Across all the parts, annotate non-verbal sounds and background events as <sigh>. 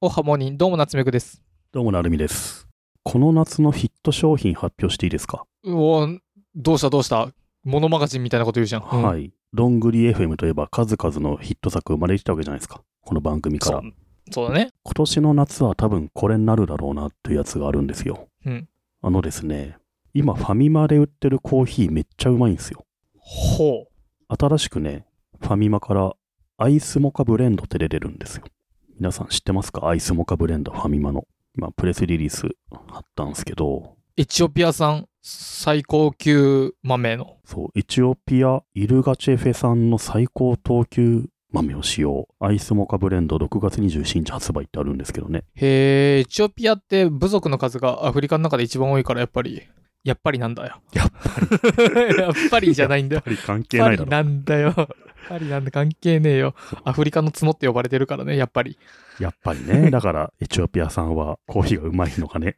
おはモーニンどうも夏目くです。どうもなるみです。この夏のヒット商品発表していいですか、うおどうしたどうしたモノマガジンみたいなこと言うじゃん。い。はい。どんぐり FM といえば数々のヒット作生まれてきたわけじゃないですか。この番組かそらう。そうだね。今年の夏は多分これになるだろうなっていうやつがあるんですよ。うんあのですね、今ファミマで売ってるコーヒーめっちゃうまいんですよ。ほ新しくね、ファミマからアイスモカブレンドって出てるんですよ。皆さん知ってますかアイスモカブレンドファミマの。今プレスリリース貼ったんですけど、う。エチオピア産最高級豆の。そう、エチオピア、イルガチェフェ産の最高等級豆を使用。アイスモカブレンド6月27日発売ってあるんですけどね。へえ、エチオピアって部族の数がアフリカの中で一番多いからやっぱり、やっぱりなんだよ。やっぱ <laughs> り。やっぱりじゃないんだよ。ぱり関係やっぱり。なんだよ。やっぱりなんだ関係ねえよ。アフリカの角って呼ばれてるからね、やっぱり。やっぱりね。 <laughs> だから、エチオピア産はコーヒーがうまいのか <laughs> ね。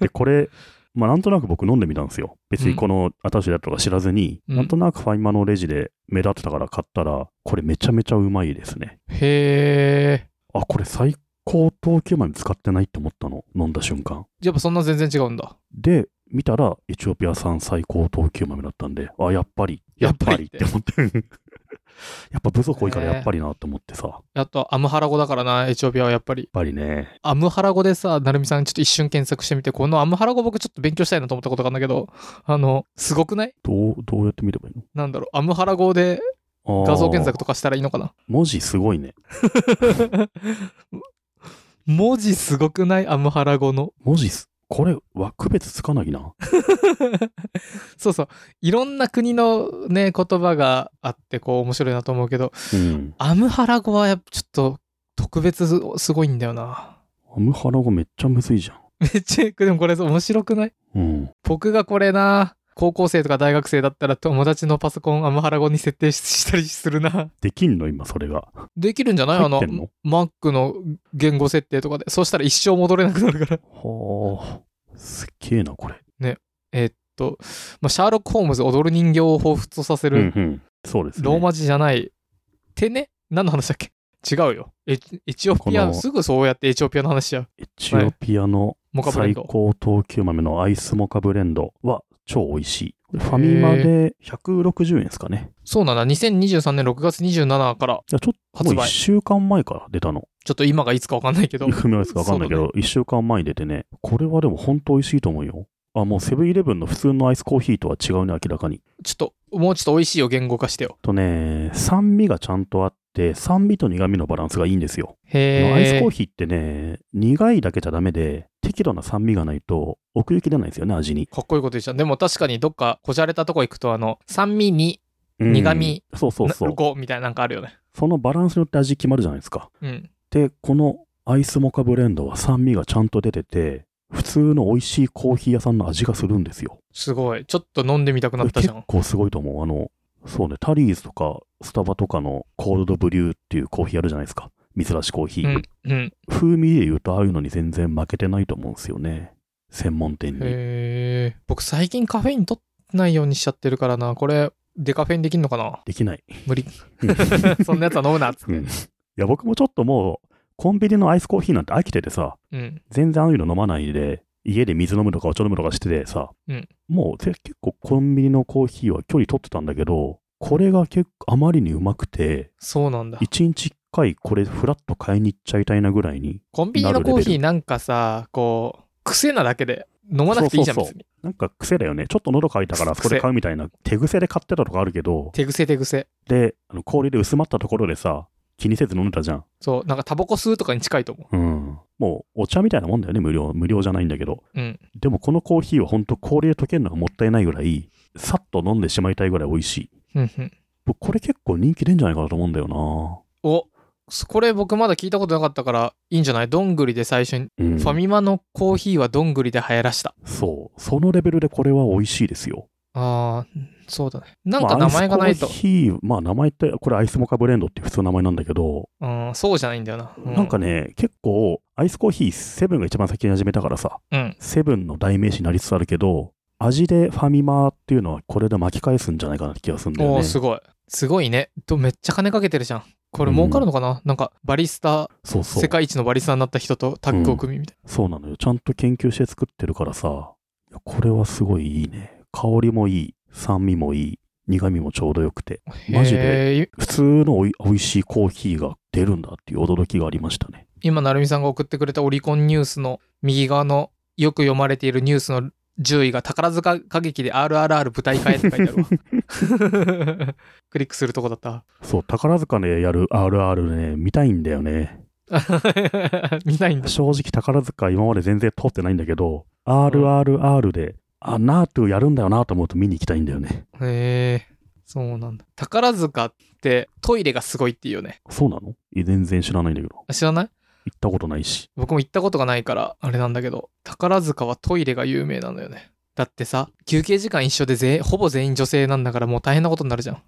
で、これ、まあ、なんとなく僕飲んでみたんですよ。別にこの新しいやつとか知らずに、うんなんとなくファイマのレジで目立ってたから買ったら、これめちゃめちゃうまいですね。へえ。あ、これ最高等級豆使ってないって思ったの。飲んだ瞬間。やっぱそんな全然違うんだ。で、見たら、エチオピア産最高等級豆だったんで、あ、やっぱり、やっぱりやっぱりって思 <laughs> って。やっぱ部族多いからねえやっぱりなと思ってさ、やっあとアムハラ語だからな、エチオピアはやっぱり。ぱりね、アムハラ語でさ、なるみさんちょっと一瞬検索してみて、このアムハラ語僕ちょっと勉強したいなと思ったことがあるんだけど、あの、すごくないどう、どうやって見ればいいのなんだろう、アムハラ語であー画像検索とかしたらいいのかな文字すごいね。文字すごくないアムハラ語の。文字す、これ、わ区別つかな <laughs> いな。そうそう。いろんな国のね、言葉があって、こう面白いなと思うけど、うん。アムハラ語はやっぱちょっと特別すごいんだよな。 <laughs> アムハラ語めっちゃむずいじゃめっちゃ、でもこれ面白くないん。うん。僕がこれな高校生とか大学生だったら友達のパソコンアムハラ語に設定ししたりするなできんの今、それが。できるんじゃないあ入っのてんの Mac の言語設定とかでそうしたら一生戻れなくなるから <laughs> はあ。すっげえな、これ。えっと、まあ、シャーロック・ホームズ踊る人形を彷彿とさせうんるうん。そうですね。ローマ字じゃない、てね何の話だっけ違うよエチエチオピこアのすぐそうやってエチオピアの話やエチオピアのモカブレン最ド高等級豆のアイスモカブレンドは超美味しい。これファミマで160円ですかね。そうなんだ2023年6月27からいやちょっともう発売1週間前から出たの。ちょっと今がいつか分かんないけど <laughs> いつまでかわかんないけそど、1週間前に出てね。これはでも本当美味しいと思うよ。あ、もうセブンイレブンの普通のアイスコーヒーとは違うね、明らかに。ちょっともうちょっと美味しいよ言語化してよとね、酸味がちゃんとあって、酸味と苦味のバランスがいいんですよ。あのアイスへコーえヒーってね、苦いだけじゃダメで、適度な酸味がないと奥行き出ないんですよね、味に。かっこいいこと言っちゃうでも確かにどっかこじゃれたとこ行くとあの酸味にうん苦味。そうそうそう。 5みたいななんかあるよねそのバランスによって味決まるじゃないですか。うんで、このアイスモカブレンドは酸味がちゃんと出てて、普通の美味しいコーヒー屋さんの味がするんですよ。すごいちょっと飲んでみたくなったじ結ゃん構すごいと思う。あの、そうね、タリーズとかスタバとかのコールドブリューっていうコーヒーあるじゃないですか。珍しいコーヒうー。んうん風味で言うとああいうのに全然負けてないと思うんですよね。専門店に。へえ僕最近カフェイン取ってないようにしちゃってるからなこれデカフェインできんのかなできない。無 <laughs> 理 <laughs> うんそんなやつは飲むなっつっうんいてや、僕もちょっともう、コンビニのアイスコーヒーなんて飽きててさ、うん全然ああいうの飲まないで、家で水飲むとかお茶飲むとかしててさ、うんもうぜ結構コンビニのコーヒーは距離取ってたんだけど、これが結構あまりにうまくて、そうなんだ1日1回これフラッと買いに行っちゃいたいなぐらいに、コンビニのコーヒなるレベールなんかさこう癖なだけで飲まなくていいじゃんそう別そうそうになんか癖だよね。ちょっと喉乾いたからそれ買うみたいな、手癖で買ってたとかあるけど、手癖手癖で、あの氷で薄まったところでさ、気にせず飲んでたじゃん。そうなんかタバコ吸うとかに近いと思うん。もうお茶みたいなもんだよね、無料。無料じゃないんだけど。ううんでもこのコーヒーは本当氷で溶けるのがもったいないぐらい、さっと飲んでしまいたいぐらい美味しい。うんうん僕これ結構人気出んじゃないかなと思うんだよおそこれ僕まだ聞いたことなかったからいいんじゃないどんぐりで最初に、な、うん、ファミマのコーヒーはどんぐりで流行らしたそうそのレベルでこれは美味しいですよあーそうだねなんか名前がないとまあアイスコー、ヒーまあ名前ってこれアイスモカブレンドっていう普通の名前なんだけど、うんそうじゃないんだよな、うなんかね結構アイスコーヒーセブンが一番先に始めたからさうんセブンの代名詞になりつつあるけど味でファミマっていうのはこれで巻き返すんじゃないかなって気がするんだよおね。ーすごい。すごいね。とめっちゃ金かけてるじゃん。これ儲かるのかな、なんかバリスタ、そうそう世。界一のバリスタになった人とタッグを組みみたいそうなのよ。ちゃんと研究して作ってるからさ、いやこれはすごいいいね。香りもいい、酸味もいい、苦味もちょうどよくて、な。マジでへー普通のおい美味しいコーヒーが出るんだっていう驚きがありましたね。今、成美さんが送ってくれたオリコンニュースの右側のよく読まれているニュースの10位が宝塚歌劇で RRR 舞台化へって書いてあるわ。 <laughs> クリックするとこだった。そう、宝塚でやる RR ね、見たいんだよね。 <laughs> 見ないんだ。正直宝塚今まで全然通ってないんだけど、RRR で、あ、ナートゥやるんだよなと思うと見に行きたいんだよね。へえ、そうなんだ。宝塚ってトイレがすごいっていうよね。そうなのいや全然知らないんだけど。あ知らない行ったことないし。僕も行ったことがないからあれなんだけど宝塚はトイレが有名なのよねだってさ休憩時間一緒で全員ほぼ全員女性なんだからもう大変なことになるじゃんああ、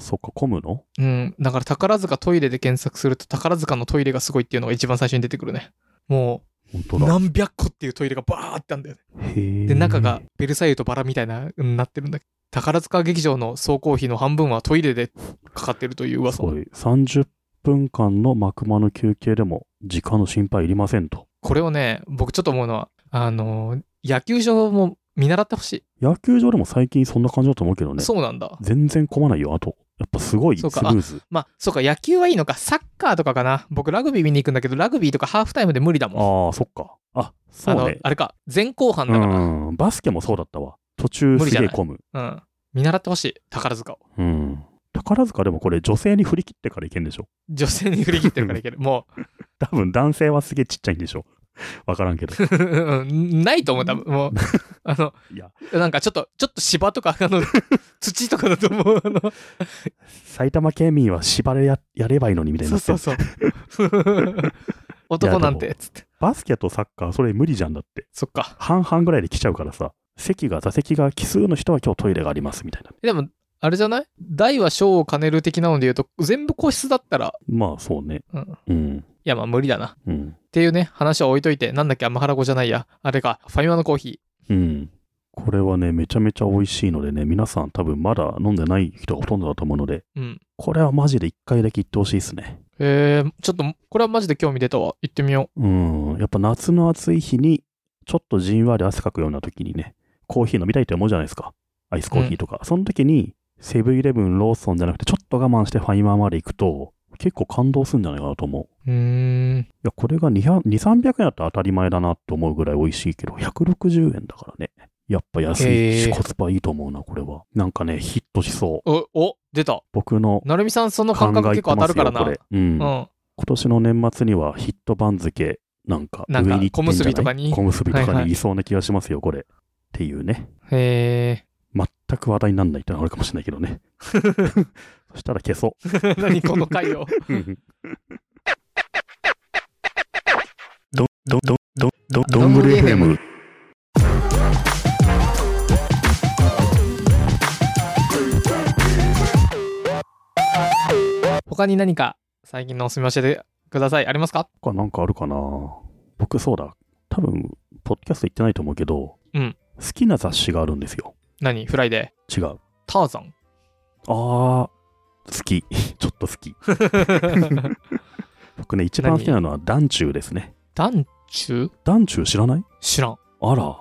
そっか、混むのうんだから宝塚トイレで検索すると宝塚のトイレがすごいっていうのが一番最初に出てくるねも本当うだ。何百個っていうトイレがバーってあるんだよねへでえ中がベルサイユとバラみたいなうんなってるんだけど宝塚劇場の総工費の半分はトイレでかかってるという噂すごい。30分間の幕間の休憩でも時間の心配いりませんと。これをね僕ちょっと思うのはあの野球場も見習ってほしい、野球場でも最近そんな感じだと思うけどね。そうなんだ全然混まないよ。あと、やっぱすごいスそムうかーズ。まあ、そうか、野球はいいのか、サッカーとかかな。僕、ラグビー見に行くんだけど、ラグビーとかハーフタイムで無理だもん。ああ、そっか。あ、そあうのね、。あれか、前後半だから。うん。バスケもそうだったわ。途中無す理じゃげなえい混む。うん。見習ってほしい、宝塚を。うん。宝塚でもこれ女性に振り切ってから行けんでしょ女性に振り切ってるからいけ <laughs> る。も多分男性はすげえちっちゃいんでしょわから <laughs> んけど。う、うんないと思う、多分。 <laughs> もう、あの、いや、なんかちょっと、ちょっと芝とか、あ <laughs> の、土とかだと思う。あの、埼玉県民は縛れややればいいのにみたいにそなうってそるうそう。 <laughs> 男なんて、つって。バスケとサッカー、それ無理じゃんだって。そっか。半々ぐらいで来ちゃうからさ。席が、座席が奇数の人は今日トイレがありますみたいな。でも、あれじゃない大は小を兼ねる的なので言うと、全部個室だったら、まあそうね。うんうん。いや、まあ無理だな。うん。っていうね、話は置いといて、なんだっけ、アマハラ語じゃないや。あれか、ファミマのコーヒうん。これはね、めちゃめちゃ美味しいのでね、皆さん多分まだ飲んでない人がほとんどだと思うので、ー。うん。これはマジで一回だけ行ってほしいですね。えー、ちょっと、これはマジで興味出たわ。行ってみようん。やっぱ夏の暑い日に、ちょっとじんわり汗かくような時にね、コーヒー飲みたいって思うじゃないですか。アイスコーヒーとか。その時に、セブンイレブン、ローソンじゃなくて、ちょっと我慢してファイマーまで行くと、結構感動するんじゃないかなと思う。う。うーん。いや、これが200 200 300円だったら当たり前だなと思うぐらい美味しいけど、160円だからね。やっぱ安いへし、ーコスパいいと思うな、これは。なんかね、ヒットしそう。お、お、出た。僕のなるみさん、その考感覚え結て構当またするからよ、な。こうれ。うん。今ん。年の年末にはヒット番付、なんか、なんか上に行ってんじ小結ゃないびとかに小結びとはかいはいにいそうな気がしますよ、これ。っていうね。へ全く話題にならないってのはあるかもしれないけ <laughs> どね。そしたら消そー。何この回を。う。ど、ど、ど、ど、ど、どんぐり FM。他に何か、最近のおすすめ教えてください。ありますか他なんかあるかな僕そうだ。多分、ポッドキャスト行ってないと思うけど、うん好きな雑誌があるんですよ。何フライデ違う。ー。ターザン。あー、好き。 <laughs> ちょっと好き。 <laughs> 僕ね、一番好きなのは、ダンチューですね。ダンチュダンチュー知らない知らん。あら、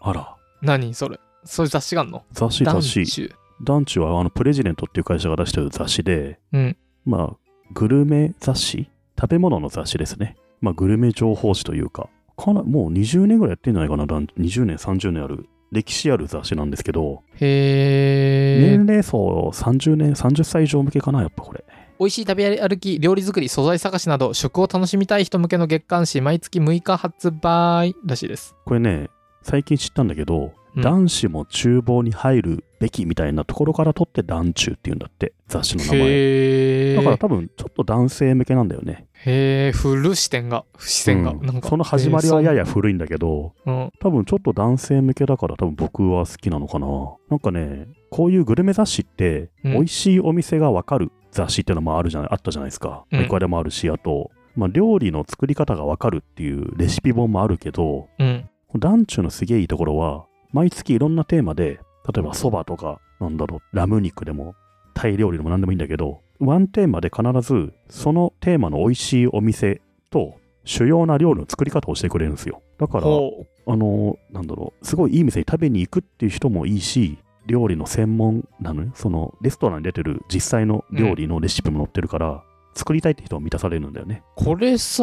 あら。何それ。そういう雑誌があんの雑誌ダン雑チ誌。ュダンチューはあのプレジデントっていう会社が出してる雑誌で、うんまあ、グルメ雑誌食べ物の雑誌ですね。まあ、グルメ情報誌というか、かなもう20年ぐらいやってんじゃないかな、ダン20年、30年ある、歴史ある雑誌なんですけど、へー。年齢層30年、30歳以上向けかな、やっぱこれ。美味しい食べ歩き、料理作り、素材探しなど、食を楽しみたい人向けの月刊誌、毎月6日発売らしいです。これね、最近知ったんだけど、うん男子も厨房に入るべきみたいなところから取って、ダンチューっていうんだって、雑誌の名前。へだからー。多分、ちょっと男性向けなんだよね。へー、古視点が、視線が、うんなんか。その始まりはやや古いんだけど、へーそううん多分ちょっと男性向けだから多分僕は好きなのかな。なんかね、こういうグルメ雑誌って、うん美味しいお店がわかる雑誌っていうのもあるじゃない、あったじゃないですか。うんいくらでもあるし、あと、まあ、料理の作り方がわかるっていうレシピ本もあるけど、うん。ダンチュのすげえいいところは、毎月いろんなテーマで、例えばそばとか、なんだろう、ラム肉でも、タイ料理でも何でもいいんだけど、ワンテーマで必ず、そのテーマの美味しいお店と、主要な料理の作り方をしてくれるんですよ。だから、ほあのなんだろう、すごいいい店に食べに行くっていう人もいいし、料理の専門なのね、そのレストランに出てる実際の料理のレシピも載ってるから、作りたいって人は満たされるんだよね。うこれさ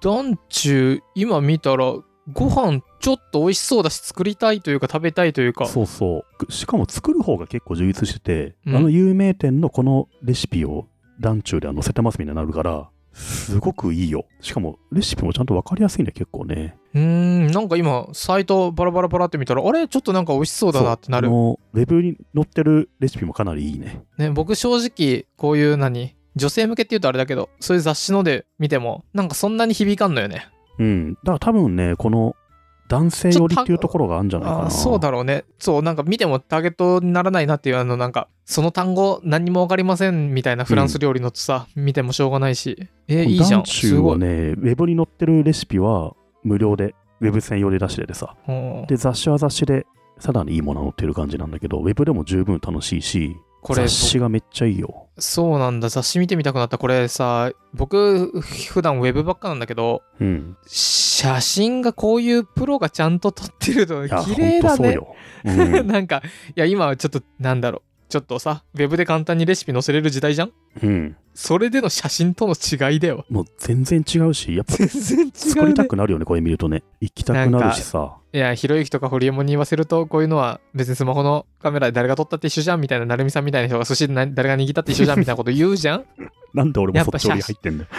団中今見たらご飯ちょっと美味しそうだし作りたいというか食べたいというかそうそう。くしかも作る方が結構充実してて、うんあの有名店のこのレシピを団中では載せてますみたいになるから、すごくいいよ。しかもレシピもちゃんと分かりやすいんだよ、結構ね。うーんなんか今サイトバラバラバラって見たらあれちょっとなんか美味しそうだなってなるそうあのウェブに載ってるレシピもかなりいいね。ね、僕正直こういう何女性向けって言うとあれだけどそういう雑誌ので見てもなんかそんなに響かんのよねうん。だから多分ね、この男性寄りっていうところがあるんじゃないかあな。ーそうだろうねそうなんか見てもターゲットにならないなっていうあのなんかその単語何も分かりませんみたいなフランス料理のとさ、見てもしょうがないしえいいじゃダンんチュすーご、はいね、ウェブに載ってるレシピは無料で、ウェブ専用で出しててさ。うんで、雑誌は雑誌で、さらにいいものが載ってる感じなんだけど、ウェブでも十分楽しいし、これ雑誌がめっちゃいいよ。そうなんだ雑誌見てみたくなったこれさ僕普段ウェブばっかなんだけどうん。写真がこういうプロがちゃんと撮ってるといや、綺麗ほんだとそうね <laughs> よ。うんなんか、いや、今はちょっと、なんだろう、ちょっとさ、ウェブで簡単にレシピ載せれる時代じゃんうん。それでの写真との違いだよ。もう全然違うし、やっぱ全然違作う、りたね。くなるよね、これ見るとね。行きたくなるしさ。いや、ひろゆきとか堀江もに言わせると、こういうのは別にスマホのカメラで誰が撮ったって一緒じゃんみたいな、成美さんみたいな人が、そして誰が握ったって一緒じゃんみたいなこと言うじゃんなんで俺やもっそぱっち寄り入ってんだよ。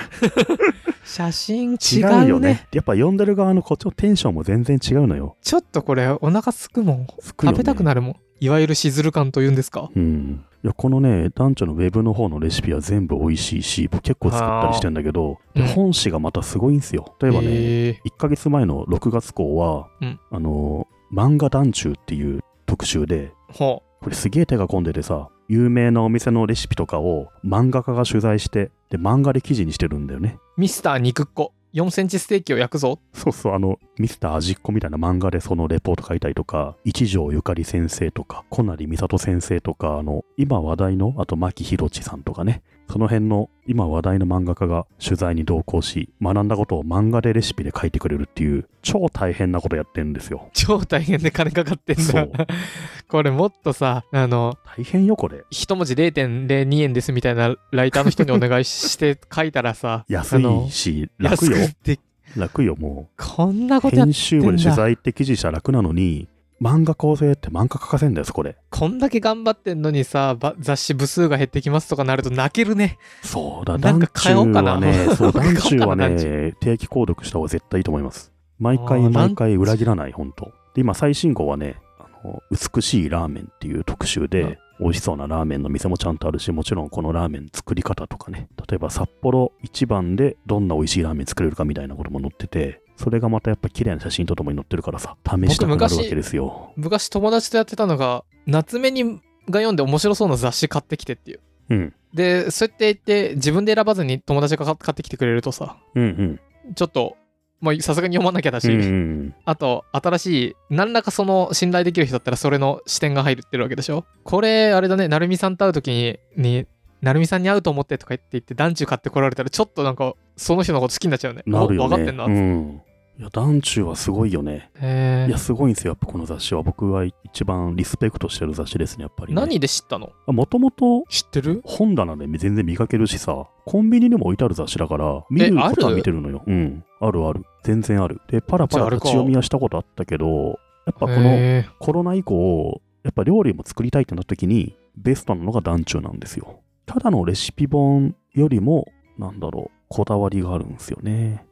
写真違違うねうよね。やっぱ読んでる側のこっちのテンションも全然違うのよ。ちょっとこれ、お腹すくもん。すくよ食ねべたくなるもん。いわゆるしずる感というんですか。うん、いやこのね団長のウェブの方のレシピは全部美味しいし僕結構作ったりしてんだけど、あーでうん本誌がまたすごいんですよ例えばね、へー1ヶ月前の6月号は、うんあのー漫画団中っていう特集でほこれすげえ手が込んでてさ有名なお店のレシピとかを漫画家が取材してで漫画で記事にしてるんだよねう。ミスター肉っこ。4センチステーキを焼くぞ。そうそうあのミスター味っ子みたいな漫画でそのレポート書いたりとか一条ゆかり先生とか小成美里先生とかあの今話題のあと牧博地さんとかねその辺の今話題の漫画家が取材に同行し学んだことを漫画でレシピで書いてくれるっていう超大変なことやってるんですよ超大変で金かかってんそだう。 <laughs> これもっとさ、あの、大変よこれ、一文字0.02円ですみたいなライターの人にお願いして書いたらさ安あの <laughs> いし楽よ安くて楽よもこんなうことやっ編集部で取材って記事したら楽なのに漫画構成って漫画書かせんだよこれこんだけ頑張ってんのにさ、ば雑誌部数が減ってきますとかなると泣けるね。そうだ、な団んか中変えようかな <laughs> はね、そう、団変えようか中なは団ね、定期購読した方が絶対いいと思います。毎回あー毎回裏切らない、本当で、今、最新号はね、あの美しいラーメンっていう特集うんで、美味しそうなラーメンの店もちゃんとあるし、もちろんこのラーメン作り方とかね、例えば札幌一番でどんな美味しいラーメン作れるかみたいなことも載ってて、それがまたやっぱ綺麗な写真とともに載ってるからさ、試したくなるわけですよ。昔友達とやってたのが、夏目にが読んで面白そうな雑誌買ってきてっていう。うん。で、そうやって言って自分で選ばずに友達が買買ってきてくれるとさ、うんうん。ちょっと、まあさすがに読まなきゃだし、うんうんあと、新しい、何らかその信頼できる人だったら、それの視点が入ってるわけでしょこれ、あれだね、成美さんと会うときに、に、成美さんに会うと思ってとか言って言って、団中買ってこられたら、ちょっとなんか、その人のこと好きになっちゃうね。なるよね。お分かってんな。うへん。いや、団中はすごいよね。えいや、すごいんですよ、やっぱこの雑誌は。僕は一番リスペクトしてる雑誌ですね、やっぱり、何で知ったのもともと知ってる本棚で全然見かけるしさ、コンビニにも置いてある雑誌だから、見ることあはる見てるのよ。うん、あるある。全然ある。で、パラパじゃあラあれ立かち読みはしたことあったけど、やっぱこのへえコロナ以降、やっぱ料理も作りたいってなった時に、ベストなのが団中なんですよ。ただのレシピ本よりも、なんだろう、こだわりがあるんですよね。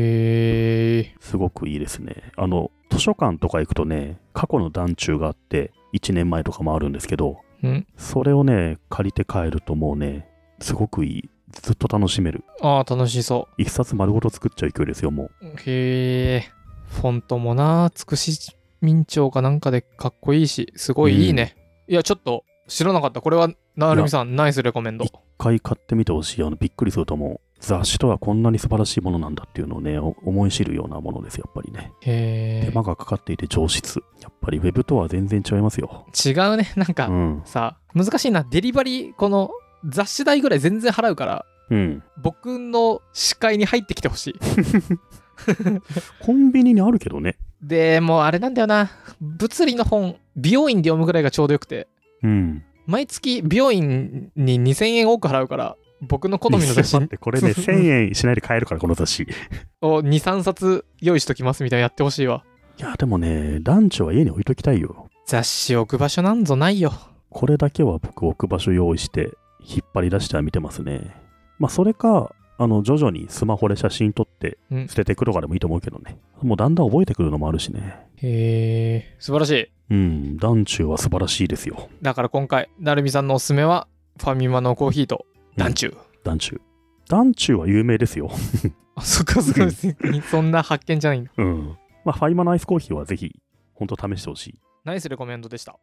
へえすごくいいですね。あの、図書館とか行くとね、過去の団中があって、1年前とかもあるんですけど、うんそれをね、借りて帰るともうね、すごくいい。ずっと楽しめる。ああ、楽しそ一冊丸ごと作っちゃう勢いですよ、もう。う。へえフォントもな、つくし明朝かなんかでかっこいいし、すごいいいね。いや、ちょっと、知らなかった。これは、成美さん、ナイスレコメンド。一回買ってみてほしい。あの、びっくりすると思う。雑誌とはこんなに素晴らしいものなんだっていうのをね、お思い知るようなものです、やっぱりね。へ手間がかかっていて上質。やっぱり Web とは全然違いますよ。え違うね <laughs> なんか、うん。さ難しいなデリバリーこの雑誌代ぐらい全然払うからうん。僕の視界に入ってきてほしいコンビニにあるけどね。でもうあれなんだよな物理の本美容院で読むぐらいがちょうどよくてうん。毎月美容院に2000円多く払うから僕の好みの雑誌待って、こ <laughs> れね、1000円しないで買えるから、この雑誌。いを23冊用意しときますみたいなのやってほしいわや、でもね、ランチは家に置いときたいよ。雑誌置く場所なんぞないよこれだけは僕置く場所用意して引っ張り出しては見てますね。まあそれか、あの徐々にスマホで写真撮ってうん捨ててくとかでもいいと思うけどね。もうだんだん覚えてくるのもあるしね。へえ素晴らしいうん、団中は素晴らしいですよ。だから今回なるみさんのおすすめはファミマのコーヒーと団中、団中。団中は有名ですよ。あそっかそっか別に <laughs> そんな発見じゃないんだうん。まあファイマのアイスコーヒーはぜひ、ほんと試してほしい。ナイスレコメンドでした